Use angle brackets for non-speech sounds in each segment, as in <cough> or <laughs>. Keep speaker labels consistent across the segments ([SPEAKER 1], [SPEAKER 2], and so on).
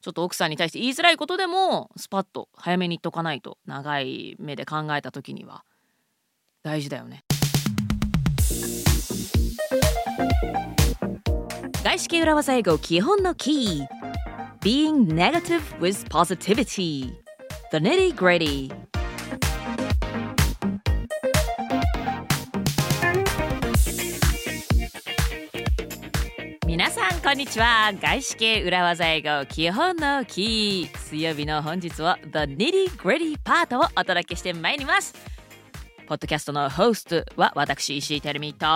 [SPEAKER 1] ちょっと奥さんに対して言いづらいことでもスパッと早めに言っとかないと長い目で考えた時には大事だよね。外資系裏技英語基本のキー Being negative with positivity The nitty gritty 皆さんこんにちは外資系裏技英語基本のキー水曜日の本日は The Nitty Gritty パートをお届けしてまいりますポッドキャストのホストは私石井てるみと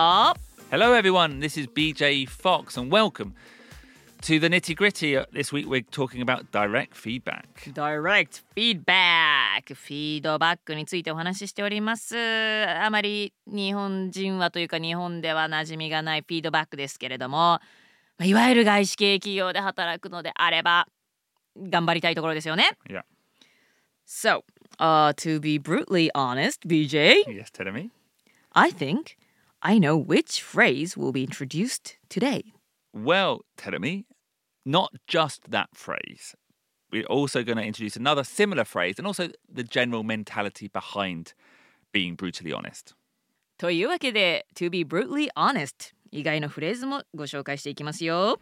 [SPEAKER 2] Hello, everyone. This is BJ Fox, and welcome to the nitty gritty. Uh, This week, we're talking about direct feedback.
[SPEAKER 1] Direct Feedback フィードバックについてお話ししておりますあまり日本人はというか日本では馴染みがないフィードバックですけれどもまあいわゆる外資系企業で働くのであれば頑張りたいところですよね
[SPEAKER 2] Yeah.
[SPEAKER 1] So, uh, to be brutally honest, BJ,
[SPEAKER 2] Yes, tell me.
[SPEAKER 1] I think I know which phrase will be introduced today.
[SPEAKER 2] Well, tell me, not just that phrase. We're also going to introduce another similar phrase and also the general mentality behind being brutally honest.
[SPEAKER 1] というわけで、to be brutally honest 以外のフレーズもご紹介していきますよ。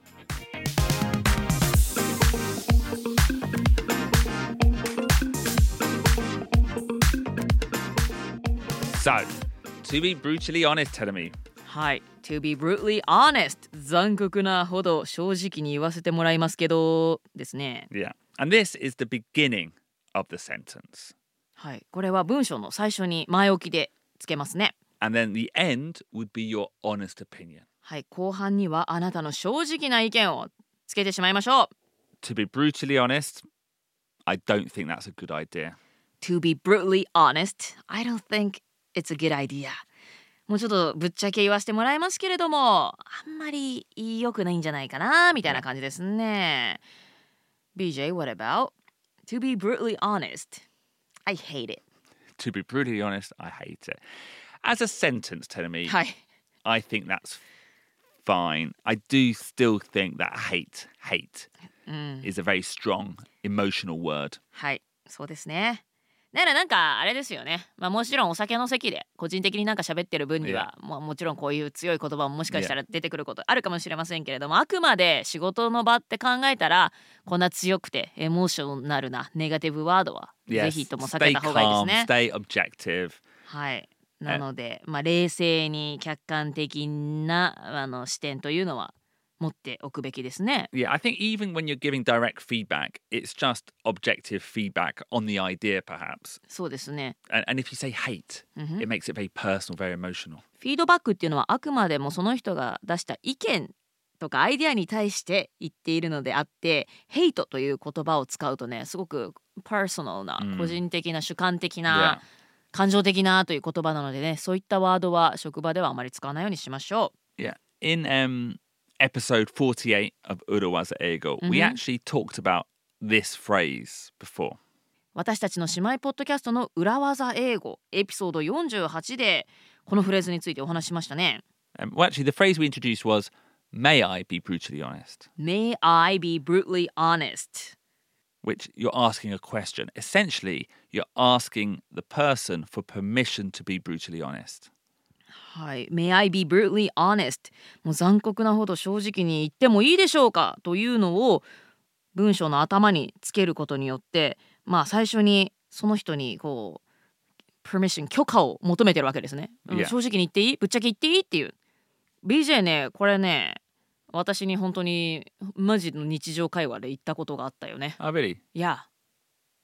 [SPEAKER 2] So, to be brutally honest, tell me.
[SPEAKER 1] はい。To be brutally honest 残酷なほど正直に言わせてもらいますけどですね。
[SPEAKER 2] Yeah. And this is the beginning of the sentence.
[SPEAKER 1] はい。これは文章の最初に前置きでつけますね。
[SPEAKER 2] And then the end would be your honest opinion.
[SPEAKER 1] はい。後半にはあなたの正直な意見をつけてしまいましょう。
[SPEAKER 2] to be brutally honest, I don't think that's a good idea.
[SPEAKER 1] To be brutally honest, I don't think it's a good idea. もうちょっとぶっちゃけ言わせてもらいますけれども、あんまり良くないんじゃないかな、みたいな感じですね。BJ, what about? To be brutally honest, I hate it.
[SPEAKER 2] To be brutally honest, I hate it. As a sentence, telling me,
[SPEAKER 1] はい。
[SPEAKER 2] I think that's fine. I do still think that hate, hate is a very strong emotional word.
[SPEAKER 1] はい、そうですね。ならなんかあれですよね。まあもちろんお酒の席で個人的になんか喋ってる分には、まあもちろんこういう強い言葉ももしかしたら出てくることあるかもしれませんけれども、あくまで仕事の場って考えたら、こんな強くてエモーショナルなネガティブワードはぜ
[SPEAKER 2] Yes,
[SPEAKER 1] ひとも避け
[SPEAKER 2] stay
[SPEAKER 1] た方がいいです
[SPEAKER 2] calm,
[SPEAKER 1] ね。
[SPEAKER 2] stay objective.
[SPEAKER 1] はい。なので、まあ冷静に客観的なあの視点というのは持っておくべきですね。
[SPEAKER 2] Yeah, I think even when you're giving direct feedback, it's just objective feedback on the idea, perhaps.
[SPEAKER 1] そうですね。
[SPEAKER 2] And, and if you say hate, it makes it very personal, very emotional.
[SPEAKER 1] フィードバックっていうのはあくまでもその人が出した意見とかアイデアに対して言っているのであって「ヘイト」という言葉を使うとねすごくパーソナルな、
[SPEAKER 2] うん
[SPEAKER 1] 個人的な主観的
[SPEAKER 2] Yeah.
[SPEAKER 1] な、感情的なという言葉なのでねそういったワードは職場ではあまり使わないようにしましょう。
[SPEAKER 2] Yeah. In um, episode 48 of Urawaza Ego, we
[SPEAKER 1] Mhm.
[SPEAKER 2] actually talked about this phrase before.
[SPEAKER 1] 私たちの姉妹ポッドキャストの裏技英語エピソード48でこのフレーズについてお話ししましたね。
[SPEAKER 2] Um, well, actually, the phrase we introduced was, May I be brutally honest?
[SPEAKER 1] May I be brutally honest?
[SPEAKER 2] Which you're asking a question. Essentially, you're asking the person for permission to be brutally honest.
[SPEAKER 1] はい、May I be brutally honest? もう残酷なほど正直に言ってもいいでしょうかというのを文章の頭につけることによって、まあ最初にその人にこう permission 許可を求めてるわけですね。うん
[SPEAKER 2] Yeah.
[SPEAKER 1] 正直に言っていい？ぶっちゃけ言っていいっていう。BJ ね、これね、私に本当にマジの日常会話で言ったことがあったよね。
[SPEAKER 2] Oh, really?
[SPEAKER 1] Yeah,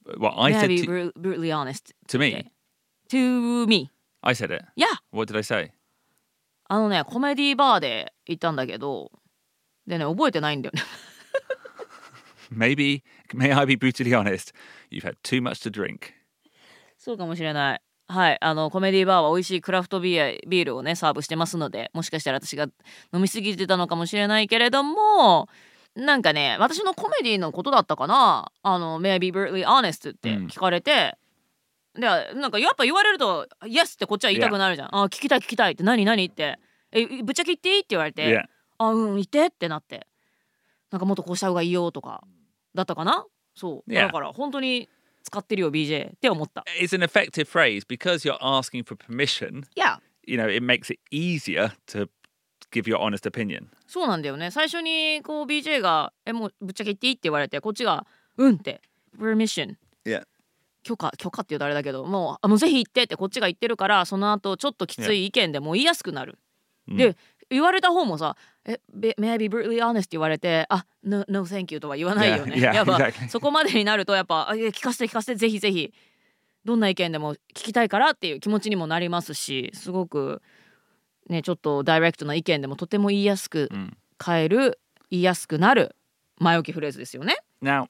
[SPEAKER 2] Well, I
[SPEAKER 1] May I
[SPEAKER 2] said
[SPEAKER 1] be
[SPEAKER 2] to,
[SPEAKER 1] bru- brutally honest
[SPEAKER 2] to me,
[SPEAKER 1] Okay. to me.
[SPEAKER 2] I said it.
[SPEAKER 1] Yeah.
[SPEAKER 2] What did I say? <laughs>
[SPEAKER 1] あのねコメディバーで行ったんだけどでね覚えてないんだよね
[SPEAKER 2] Maybe, may I be brutally honest? You've had too much to drink.
[SPEAKER 1] <laughs> そうかもしれないはいあのコメディバーは美味しいクラフトビアビールをねサーブしてますのでもしかしたら私が飲みすぎてたのかもしれないけれどもなんかね私のコメディのことだったかなあの「May I be brutally honest」って
[SPEAKER 2] うん
[SPEAKER 1] 聞かれて、でなんかやっぱ言われると「Yes」ってこっちは言いたくなるじゃん「あ聞きたい聞きたい」って「何何?」って「えぶっちゃけ言っていい?」って言われて
[SPEAKER 2] Yeah.
[SPEAKER 1] あうんいてってなってなんかもっとこうした方がいいよとかだったかなそう、
[SPEAKER 2] Yeah.
[SPEAKER 1] だから本当に使ってるよ BJ って思った。
[SPEAKER 2] It's an effective phrase because you're asking for permission.
[SPEAKER 1] Yeah.
[SPEAKER 2] You know, it makes it easier to give your honest opinion.
[SPEAKER 1] そうなんだよね最初にこう BJ が「えもうぶっちゃけ言っていい?」って言われてこっちが「うん」って「permission」
[SPEAKER 2] Yeah.
[SPEAKER 1] 許可許可って言うとあれだけどもうあもうぜひ行ってってこっちが言ってるからその後ちょっときつい意見でも言いやすくなる。
[SPEAKER 2] うん
[SPEAKER 1] で言われた方もさ「え be- may I be brutally honest」って言われて「あ no, no thank you」とは言わないよね。
[SPEAKER 2] Yeah, yeah,
[SPEAKER 1] やっぱ
[SPEAKER 2] exactly.
[SPEAKER 1] そこまでになるとやっぱあいや「聞かせて聞かせてぜひぜひどんな意見でも聞きたいから」っていう気持ちにもなりますしすごくねちょっとダイレクトな意見でもとても言いやすく
[SPEAKER 2] うん
[SPEAKER 1] 変える言いやすくなる前置きフレーズですよね。
[SPEAKER 2] Now,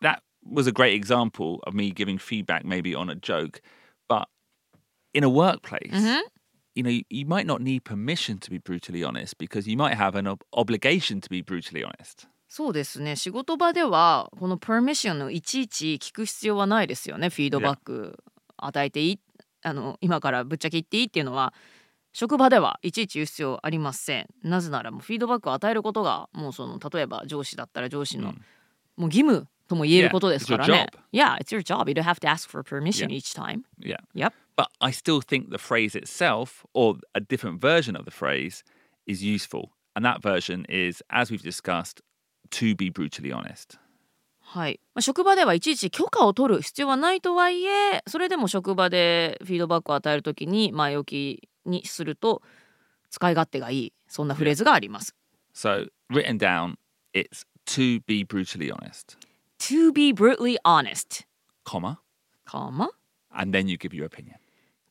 [SPEAKER 2] that was a great example of me giving feedback maybe on a joke, but in a workplace, you know, you, you might not need permission to be brutally honest because you might have an ob- obligation to be brutally honest.
[SPEAKER 1] そうですね仕事場ではこの permission のいちいち聞く必要はないですよねフィードバック与えていいあの今からぶっちゃけ言っていいっていうのは職場ではいちいち言う必要ありませんなぜならもうフィードバックを与えることがもうその例えば上司だったら上司の、もう義務とも言えることですからね Yeah, it's your job. You don't have to ask for permission
[SPEAKER 2] Yeah.
[SPEAKER 1] each time.
[SPEAKER 2] Yeah.
[SPEAKER 1] Yep.
[SPEAKER 2] But I still think the phrase itself, or a different version of the phrase, is useful. And that version is, as we've discussed, to be brutally honest.
[SPEAKER 1] はい、まあ職場ではいちいち許可を取る必要はないとはいえそれでも職場でフィードバックを与えるときに前置きにすると使い勝手がいいそんなフレーズがあります。
[SPEAKER 2] So, written down, it's to be brutally honest,
[SPEAKER 1] To be brutally honest,
[SPEAKER 2] comma,
[SPEAKER 1] かま
[SPEAKER 2] and then you give your opinion.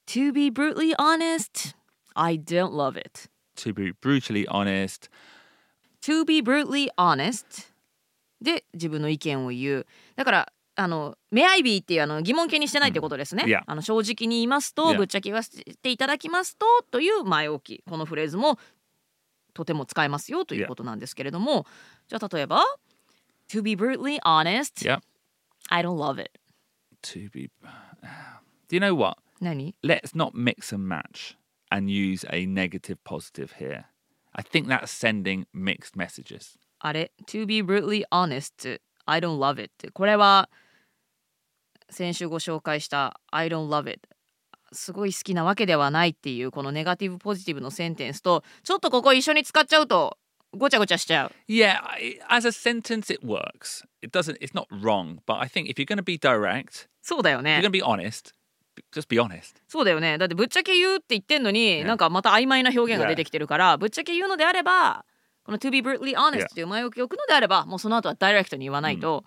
[SPEAKER 1] To be brutally honest, I don't love it.
[SPEAKER 2] To be brutally honest,
[SPEAKER 1] To be brutally honest で自分の意見を言う。だからあの「may I be」っていうあの疑問形にしてないってことですね。
[SPEAKER 2] Yeah.
[SPEAKER 1] あの正直に言いますと、
[SPEAKER 2] Yeah.
[SPEAKER 1] ぶっちゃけ言わせていただきますとという前置きこのフレーズもとても使えますよという
[SPEAKER 2] Yeah.
[SPEAKER 1] ことなんですけれども、じゃあ例えば「to be brutally honest、
[SPEAKER 2] yeah,
[SPEAKER 1] I don't love it
[SPEAKER 2] to be. <sighs> Do you know what?
[SPEAKER 1] 何」
[SPEAKER 2] Let's not mix and match and use a negative positive here. I think that's sending mixed messages.
[SPEAKER 1] あれ「to be brutally honest I don't love it」これは先週ご紹介した「I don't love it」すごい好きなわけではないっていうこのネガティブポジティブのセンテンスとちょっとここ一緒に使っちゃうとごちゃごちゃしちゃう
[SPEAKER 2] Yeah, I, as a sentence, it works. It doesn't. It's not wrong, but I think if you're going to be direct,
[SPEAKER 1] そうだよ
[SPEAKER 2] if you're
[SPEAKER 1] ね
[SPEAKER 2] going to be honest. b- Just be honest.
[SPEAKER 1] そうだよねだってぶっちゃけ言うって言ってんのに、なんかまた曖昧な表現が出てきてるから、ぶっちゃけ言うのであればこの「to be brutally honest
[SPEAKER 2] Yeah.」
[SPEAKER 1] という前置きを置くのであればもうその後はダイレクトに言わないと、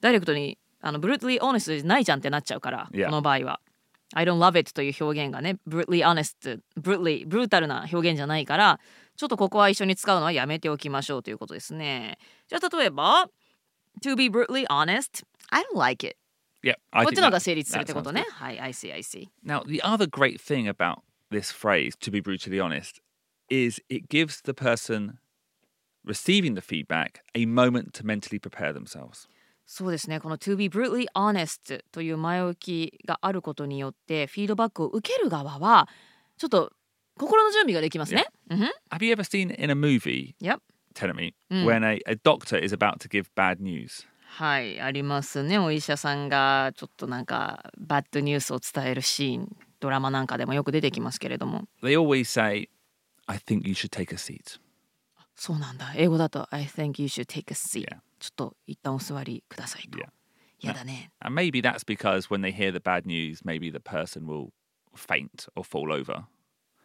[SPEAKER 1] ダイレクトにあの「brutally honest」じゃないじゃんってなっちゃうから、
[SPEAKER 2] Yeah.
[SPEAKER 1] この場合は「I don't love it」という表現がね「brutally honest」「brutally」「ブルータルな表現じゃないからちょっとここは一緒に使うのはやめておきましょうということですねじゃあ例えば「to be brutally honest」「I don't like it」
[SPEAKER 2] Yeah, I
[SPEAKER 1] こっ
[SPEAKER 2] think
[SPEAKER 1] ちの方
[SPEAKER 2] that-
[SPEAKER 1] が成立するっ
[SPEAKER 2] that
[SPEAKER 1] てこと
[SPEAKER 2] sounds
[SPEAKER 1] ねはい I see I see
[SPEAKER 2] Now, the other great thing about this phrase, to be brutally honest, is it gives the person receiving the feedback a moment to mentally prepare themselves.
[SPEAKER 1] そうですねこの「to be brutally honest」という前置きがあることによってフィードバックを受ける側はちょっと心の準備ができますね。うんふん
[SPEAKER 2] Have you ever seen in a movie,
[SPEAKER 1] Yep.
[SPEAKER 2] tell me,
[SPEAKER 1] Mm.
[SPEAKER 2] when a, a doctor is about to give bad news?
[SPEAKER 1] はいありますねお医者さんがちょっとなんかバッドニュースを伝えるシーンドラマなんかでもよく出てきますけれども
[SPEAKER 2] They always say, I think you should take a seat.
[SPEAKER 1] そうなんだ英語だと「I think you should take a seat
[SPEAKER 2] Yeah.」
[SPEAKER 1] ちょっと一旦お座りくださいと
[SPEAKER 2] Yeah.
[SPEAKER 1] 嫌だね
[SPEAKER 2] And maybe that's because when they hear the bad news, maybe the person will faint or fall over.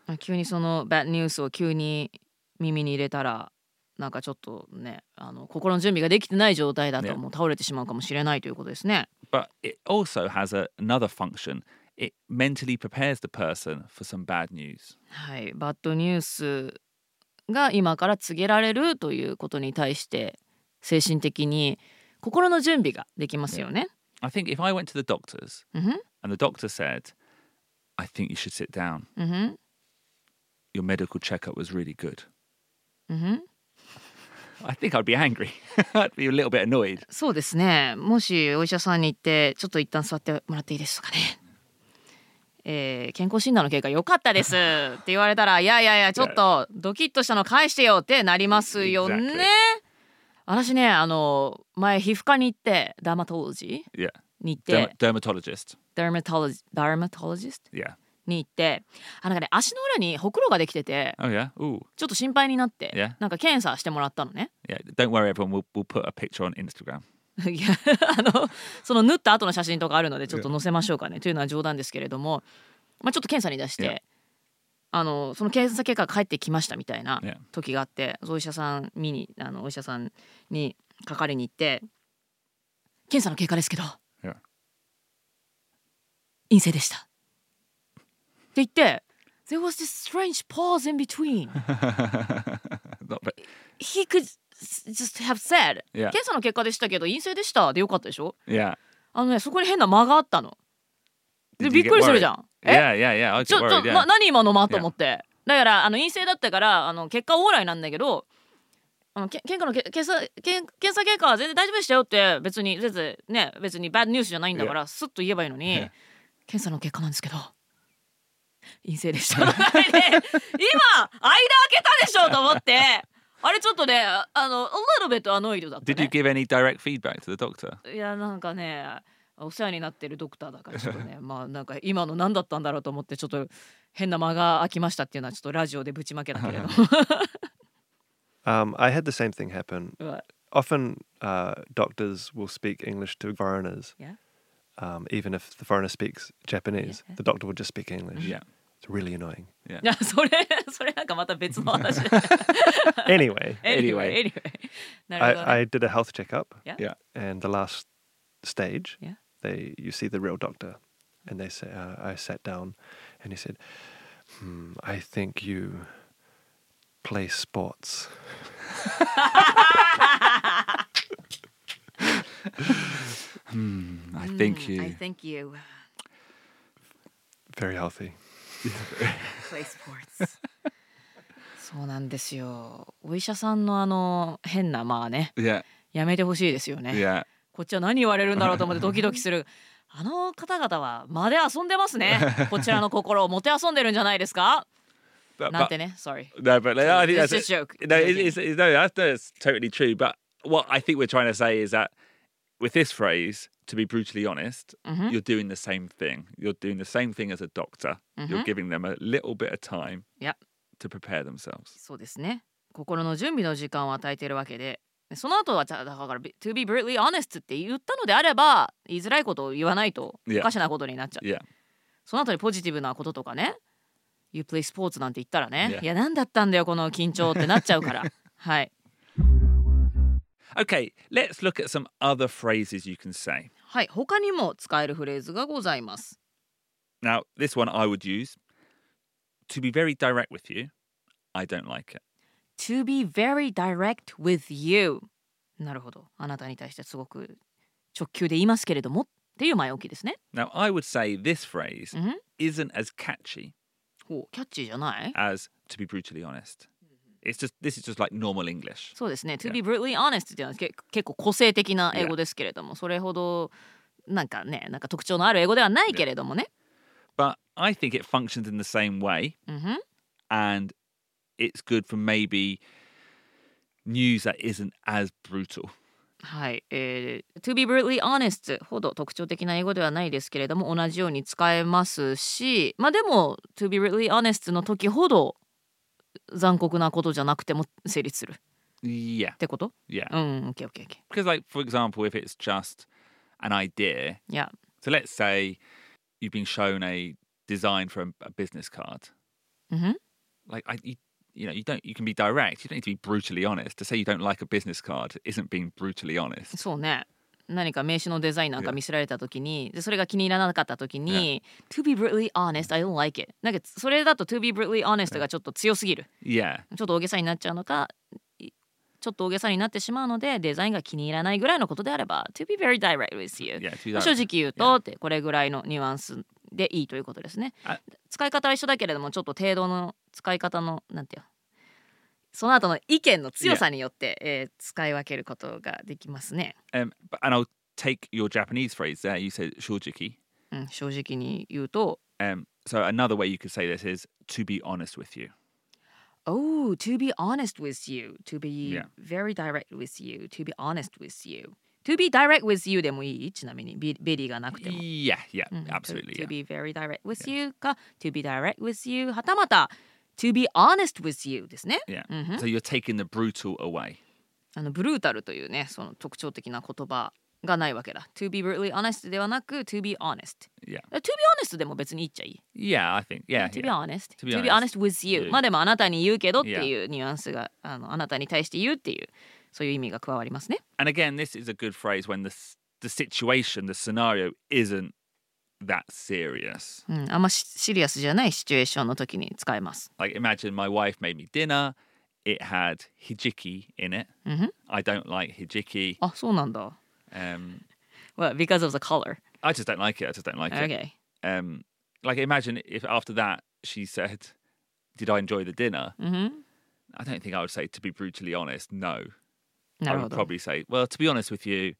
[SPEAKER 1] まあ急にそのバッドニュースを急に耳に入れたらなんかちょっとねあの心の準備ができてない状態だと
[SPEAKER 2] ね
[SPEAKER 1] もう倒れてしまうかもしれないということですね。
[SPEAKER 2] But it also has a, another function it mentally prepares the person for some bad news.
[SPEAKER 1] はい、バッドニュースが今から告げられるということに対して精神的に心の準備ができますよね。
[SPEAKER 2] I think if I went to the doctor's
[SPEAKER 1] うんふん
[SPEAKER 2] and the doctor said, I think you should sit down,
[SPEAKER 1] うんふん
[SPEAKER 2] your medical checkup was really good,
[SPEAKER 1] うんふん
[SPEAKER 2] I think I'd be angry. <laughs> I'd be a little bit annoyed.
[SPEAKER 1] そうですねもしお医者さんに行ってちょっと一旦座ってもらっていいですかね、えー健康診断の結果良かった <laughs> ですって言われたらいやいやいやちょっとドキッとしたの返してよってなりますよね、
[SPEAKER 2] Exactly.
[SPEAKER 1] 私ねあの前皮膚科に行ってダーマトロジー
[SPEAKER 2] Yeah.
[SPEAKER 1] に行っ
[SPEAKER 2] Derm-
[SPEAKER 1] て
[SPEAKER 2] dermatologist.
[SPEAKER 1] ダーマトロジダーマトロジスト
[SPEAKER 2] Yeah.
[SPEAKER 1] に行ってあなんかね足の裏にほくろができてて
[SPEAKER 2] Oh yeah. Ooh.
[SPEAKER 1] ちょっと心配になって、
[SPEAKER 2] Yeah.
[SPEAKER 1] なんか検査してもらったのね
[SPEAKER 2] Yeah. Don't worry, everyone. We'll we'll put a picture on Instagram. <laughs>
[SPEAKER 1] <laughs> いやあのその縫った後の写真とかあるのでちょっと載せましょうかね、というのは冗談ですけれども、まあ、ちょっと検査に出して、
[SPEAKER 2] Yeah.
[SPEAKER 1] あのその検査結果が返ってきましたみたいな
[SPEAKER 2] Yeah.
[SPEAKER 1] 時があって、お医者さん見にあのお医者さんにかかりに行って検査の結果ですけど
[SPEAKER 2] Yeah.
[SPEAKER 1] 陰性でしたって言って「There was this strange pause in between
[SPEAKER 2] Not bad.
[SPEAKER 1] he could s- just have said、
[SPEAKER 2] Yeah.
[SPEAKER 1] 検査の結果でしたけど陰性でした」でよかったでしょ
[SPEAKER 2] Yeah.
[SPEAKER 1] あのねそこに変な間があったの。で
[SPEAKER 2] Did
[SPEAKER 1] び
[SPEAKER 2] you
[SPEAKER 1] っ
[SPEAKER 2] get
[SPEAKER 1] くりする
[SPEAKER 2] worried?
[SPEAKER 1] じゃん。え
[SPEAKER 2] Yeah, yeah, yeah. I
[SPEAKER 1] ちょ
[SPEAKER 2] get
[SPEAKER 1] ちょ、
[SPEAKER 2] worried.
[SPEAKER 1] ま、
[SPEAKER 2] Yeah.
[SPEAKER 1] 何今の間と思って。だからあの陰性だったからあの結果オーライなんだけどあのけ検査のけ検査検検査結果は全然大丈夫でしたよって別に全然ね別にバッドニュースじゃないんだからすっと言えばいいのに、
[SPEAKER 2] Yeah.
[SPEAKER 1] 検査の結果なんですけど陰性でした <laughs> で今間開けたでしょと思ってあれちょっとねああの a little bit annoyed だった、ね。
[SPEAKER 2] Did you give any direct feedback to the doctor?
[SPEAKER 1] いやなんかねお世話になってるドクターだからちょっとねまあなんか今の何だったんだろうと思ってちょっと変な間が空きましたっていうのはちょっとラジオでぶちまけだけれども
[SPEAKER 3] Um, I had the same thing happen.
[SPEAKER 1] <laughs> うわ
[SPEAKER 3] Often, uh, doctors will speak English to foreigners.
[SPEAKER 1] Yeah.
[SPEAKER 3] Um, even if the foreigner speaks Japanese, the doctor will just speak English.
[SPEAKER 2] Yeah.
[SPEAKER 3] It's really annoying.
[SPEAKER 1] <laughs> い <laughs> やそれそれなんかまた別の話 <laughs>
[SPEAKER 3] Anyway,
[SPEAKER 1] anyway, anyway. <laughs> なるほどね、
[SPEAKER 3] I, I did a health checkup.
[SPEAKER 1] Yeah.
[SPEAKER 2] Yeah.
[SPEAKER 3] And the last stage,
[SPEAKER 1] Yeah.
[SPEAKER 3] they you see the real doctor, and they say, uh, I sat down, and he said, hmm, I think you play sports.
[SPEAKER 2] I think you.
[SPEAKER 1] Mm, I think you
[SPEAKER 3] Very healthy.
[SPEAKER 1] play sports <laughs> そうなんですよお医者さんのあの変なまあね
[SPEAKER 2] Yeah.
[SPEAKER 1] やめてほしいですよね
[SPEAKER 2] Yeah.
[SPEAKER 1] こっちは何言われるんだろうと思ってドキドキする。あの方々は間で遊んでますね。こちらの心をもて遊んでるんじゃないですか。
[SPEAKER 2] But,
[SPEAKER 1] なん
[SPEAKER 2] but
[SPEAKER 1] てね、sorry。
[SPEAKER 2] no, but like, I think
[SPEAKER 1] It's
[SPEAKER 2] that's
[SPEAKER 1] just a joke.
[SPEAKER 2] No, it, it's, it's, no, that's, no, it's totally true. But what I think we're trying to say is that with this phrase, to be brutally honest,
[SPEAKER 1] Mhm.
[SPEAKER 2] you're doing the same thing. You're doing the same thing as a doctor. You're giving them a little bit of time
[SPEAKER 1] Yep.
[SPEAKER 2] to prepare themselves.
[SPEAKER 1] そうですね。心の準備の時間を与えているわけで。でその後はじゃあだから to be brutally honest って言ったのであれば言いづらいことを言わないとお
[SPEAKER 2] Yeah.
[SPEAKER 1] かしなことになっちゃう。
[SPEAKER 2] Yeah.
[SPEAKER 1] その後にポジティブなこととかね You play sports なんて言ったらね、
[SPEAKER 2] Yeah.
[SPEAKER 1] いや何だったんだよこの緊張ってなっちゃう <laughs> から。はい。
[SPEAKER 2] Okay, let's look at some other phrases you can say.
[SPEAKER 1] はい。他にも使えるフレーズがございます。
[SPEAKER 2] Now, this one I would use to be very direct with you. I don't like it.
[SPEAKER 1] to be very direct with you なるほどあなたに対してすごく直球で言いますけれどもっていう前置きですね
[SPEAKER 2] Now, I would say this phrase
[SPEAKER 1] Mhm.
[SPEAKER 2] isn't as catchy
[SPEAKER 1] ほうキャッチーじゃない
[SPEAKER 2] as to be brutally honest. It's just this is just like normal English.
[SPEAKER 1] そうですね to be brutally honest っていうのはけ結構個性的な英語ですけれどもそれほどなんかねなんか特徴のある英語ではないけれどもね、
[SPEAKER 2] But I think it functions in the same way
[SPEAKER 1] うんふん
[SPEAKER 2] and it's good for maybe news that isn't as brutal.
[SPEAKER 1] はい、えー To be brutally honest ほど特徴的な英語ではないですけれども同じように使えますしまあでも To be brutally honest の時ほど残酷なことじゃなくても成立するっ
[SPEAKER 2] Yeah.
[SPEAKER 1] てこと
[SPEAKER 2] Yeah.
[SPEAKER 1] うん、オッケーオッケーオッケ
[SPEAKER 2] Because like for example, if it's just an idea,
[SPEAKER 1] ー。いや、
[SPEAKER 2] so let's say you've been shown a design for a, a business card.
[SPEAKER 1] うんふん、
[SPEAKER 2] Like I you, you know, you don't you can be direct. You don't need to be brutally honest. To say you don't like a business card isn't being
[SPEAKER 1] <laughs>
[SPEAKER 2] brutally honest.
[SPEAKER 1] そうね。何か名刺のデザインなんか見せられたときに、でそれが気に入らなかったときに、To be brutally honest, I don't like it。なんかそれだと To be brutally honest がちょっと強すぎる。
[SPEAKER 2] Yeah.
[SPEAKER 1] ちょっと大げさになっちゃうのか、いちょっと大げさになってしまうので、デザインが気に入らないぐらいのことであれば、To be very direct with you。
[SPEAKER 2] Yeah, to be
[SPEAKER 1] まあ
[SPEAKER 2] direct.
[SPEAKER 1] 正直言うと、ってこれぐらいのニュアンスでいいということですね
[SPEAKER 2] あ。
[SPEAKER 1] 使い方は一緒だけれども、ちょっと程度の使い方の、なんていうのその後の意見の強さによって、えー使い分けることができますね。
[SPEAKER 2] Um, but, and I'll take your Japanese phrase there. You said shojiki.
[SPEAKER 1] うん、正直に言うと、
[SPEAKER 2] Um, so another way you could say this is to be honest with you.
[SPEAKER 1] Oh, to be honest with you. To be
[SPEAKER 2] Yeah.
[SPEAKER 1] very direct with you. To be honest with you. To be direct with you でもいいちなみにベリーがなくても。
[SPEAKER 2] Yeah, yeah,
[SPEAKER 1] うん Mm-hmm. to-
[SPEAKER 2] absolutely.
[SPEAKER 1] To,
[SPEAKER 2] yeah.
[SPEAKER 1] be very direct with you か To be direct with you はたまた To be honest with you ですね。
[SPEAKER 2] Yeah.
[SPEAKER 1] うんふん
[SPEAKER 2] So you're taking the brutal away.
[SPEAKER 1] あのブルータルというねその特徴的な言葉がないわけだ。To be brutally honest ではなく To be honest。
[SPEAKER 2] Yeah.
[SPEAKER 1] え To be honest でも別に言っちゃいい。
[SPEAKER 2] Yeah, I think. Yeah.
[SPEAKER 1] to be
[SPEAKER 2] yeah.
[SPEAKER 1] honest to
[SPEAKER 2] To
[SPEAKER 1] be
[SPEAKER 2] be
[SPEAKER 1] honest,
[SPEAKER 2] honest
[SPEAKER 1] with you、
[SPEAKER 2] Yeah.
[SPEAKER 1] まあでもあなたに言うけどっていうニュアンスがあのあなたに対して言うっていうそういう意味が加わりますね
[SPEAKER 2] And again, this is a good phrase when the s- the situation, the scenario isn't that serious.
[SPEAKER 1] うんあんまシシリアスじゃないシチュエーションの時に使えます、
[SPEAKER 2] Like imagine my wife made me dinner. It had hijiki in it.
[SPEAKER 1] うんふん
[SPEAKER 2] I don't like hijiki.
[SPEAKER 1] あそうなんだ
[SPEAKER 2] Um,
[SPEAKER 1] well because of the color
[SPEAKER 2] I just don't like it. I just don't like it.
[SPEAKER 1] okay
[SPEAKER 2] um like imagine if after that she said did i enjoy the dinner
[SPEAKER 1] うんふん
[SPEAKER 2] i don't think i would say to be brutally honest no
[SPEAKER 1] なる
[SPEAKER 2] i
[SPEAKER 1] ほ
[SPEAKER 2] would
[SPEAKER 1] ど、
[SPEAKER 2] probably say well to be honest with you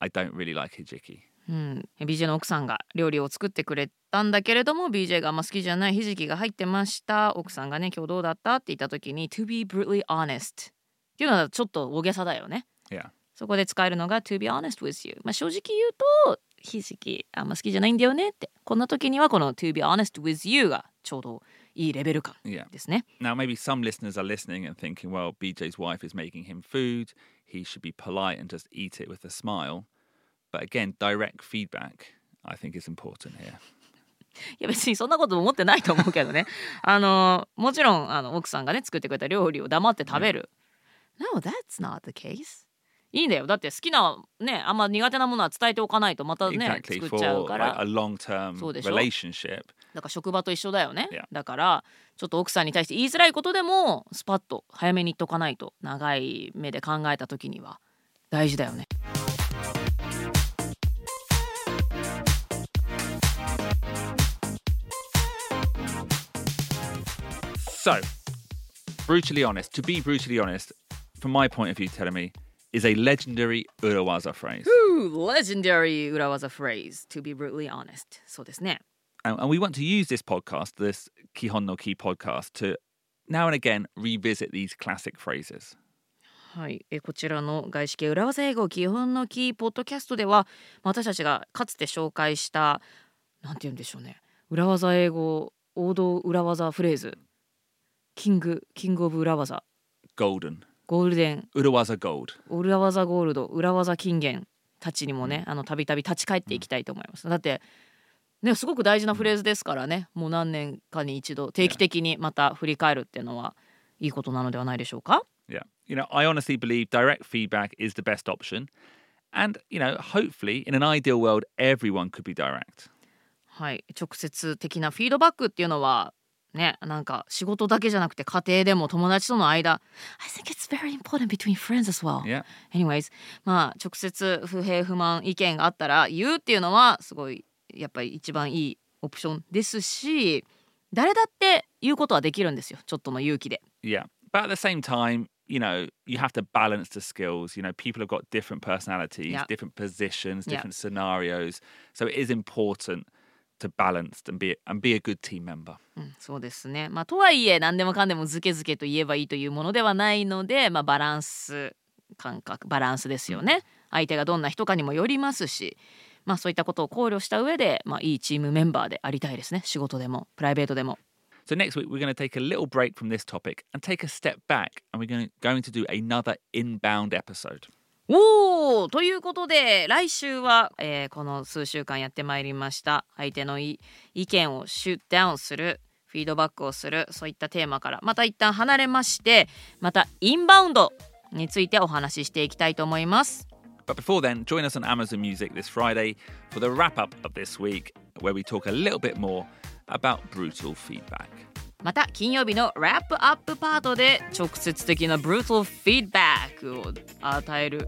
[SPEAKER 2] i don't really like hijiki
[SPEAKER 1] うん、BJ の奥さんが料理を作ってくれたんだけれども BJ があんま好きじゃないひじきが入ってました奥さんがね今日どうだったって言った時に to be brutally honest っていうのはちょっと大げさだよね
[SPEAKER 2] yeah
[SPEAKER 1] そこで使えるのが to be honest with you。まあ、正直言うと、ひじきあんま好きじゃないんだよねって。こんな時にはこの to be honest with you がちょうどいいレベル感
[SPEAKER 2] yeah
[SPEAKER 1] ですね。
[SPEAKER 2] now maybe some listeners are listening and thinking well bj's wife is making him food he should be polite and just eat it with a smile but again direct feedback i think is important here
[SPEAKER 1] いや別にそんなこと思ってないと思うけどね。 <laughs> あの、もちろんあの奥さんがね、作ってくれた料理を黙って食べる。No, that's not the case. いいんだよ。だって好きな、ね、あんま苦手なものは伝えておかないとまたね、
[SPEAKER 2] exactly
[SPEAKER 1] 作
[SPEAKER 2] for
[SPEAKER 1] っちゃうか
[SPEAKER 2] like,
[SPEAKER 1] ら。
[SPEAKER 2] a long-term
[SPEAKER 1] そうでしょ？
[SPEAKER 2] relationship
[SPEAKER 1] だから職場と一緒だよね。
[SPEAKER 2] Yeah.
[SPEAKER 1] だからちょっと奥さんに対して言いづらいことでもスパッと早めに言っとかないと長い目で考えた時には大事だよね。
[SPEAKER 2] So, brutally honest, to be brutally honest, from my point of view, telling me, is a legendary Urawaza phrase.
[SPEAKER 1] Ooh, legendary 裏技 phrase to be brutally honest。そうですね。
[SPEAKER 2] And, and we want to use this podcast, this Kihon no Ki podcast, to now and again revisit these classic phrases.
[SPEAKER 1] はい、えこちらの外資系裏技英語基本のキーポッドキャストではまあ私たちがかつて紹介したなんて言うんでしょうね裏技英語王道裏技フレーズキングキングオブ裏技
[SPEAKER 2] Golden.
[SPEAKER 1] ゴールデン
[SPEAKER 2] Urawaza Gold.
[SPEAKER 1] 裏技ゴールド裏技金言たちにもねあのたびたび立ち返っていきたいと思います、だってねすごく大事なフレーズですからね、もう何年かに一度定期的にまた振り返るっていうのはいいことなのではないでしょうか
[SPEAKER 2] Yeah. You know, I honestly believe direct feedback is the best option. And, you know, hopefully, in an ideal world, everyone could be direct.
[SPEAKER 1] はい直接的なフィードバックっていうのはねなんか仕事だけじゃなくて家庭でも友達との間 I think it's very important between friends as well
[SPEAKER 2] Yeah.
[SPEAKER 1] anyways まあ直接不平不満意見があったら言うっていうのはすごいやっぱり一番いいオプションですし誰だって言うことはできるんですよちょっとの勇気で
[SPEAKER 2] Yeah. But at the same time, you know, you have to balance the skills. You know, people have got different personalities,
[SPEAKER 1] Yeah.
[SPEAKER 2] different positions,
[SPEAKER 1] Yeah.
[SPEAKER 2] different scenarios. So it is important to balance and be and be a good team member.
[SPEAKER 1] うんそうですねまあとはいえ何でもかんでもずけずけと言えばいいというものではないので、まあ、バランス感覚バランスですよね相手がどんな人かにもよりますしまあそういったことを考慮した上で、まあ、いいチームメンバーでありたいですね仕事でもプライベートでも
[SPEAKER 2] So next week we're going to take a little break from this topic and take a step back and we're going to, going to do another inbound episode.
[SPEAKER 1] おおということで来週は、えーこの数週間やってまいりました相手のい意見をシュッダウンするフィードバックをするそういったテーマからまた一旦離れましてまたインバウンドについてお話ししていきたいと思います。
[SPEAKER 2] But before then, join us on Amazon Music this Friday for the wrap up of this week where we talk a little bit more about brutal feedback.
[SPEAKER 1] また金曜日のラップアップパートで直接的なブルートフィードバックを与える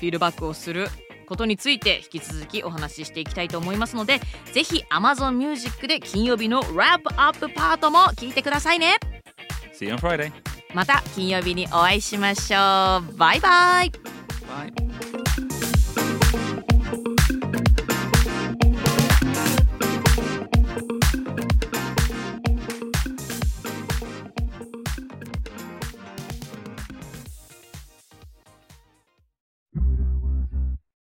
[SPEAKER 1] フィードバックをすることについて引き続きお話ししていきたいと思いますのでぜひ Amazon Music で金曜日のラップアップパートも聞いてくださいね
[SPEAKER 2] See you on Friday.
[SPEAKER 1] また金曜日にお会いしましょうバイバイ
[SPEAKER 2] Bye.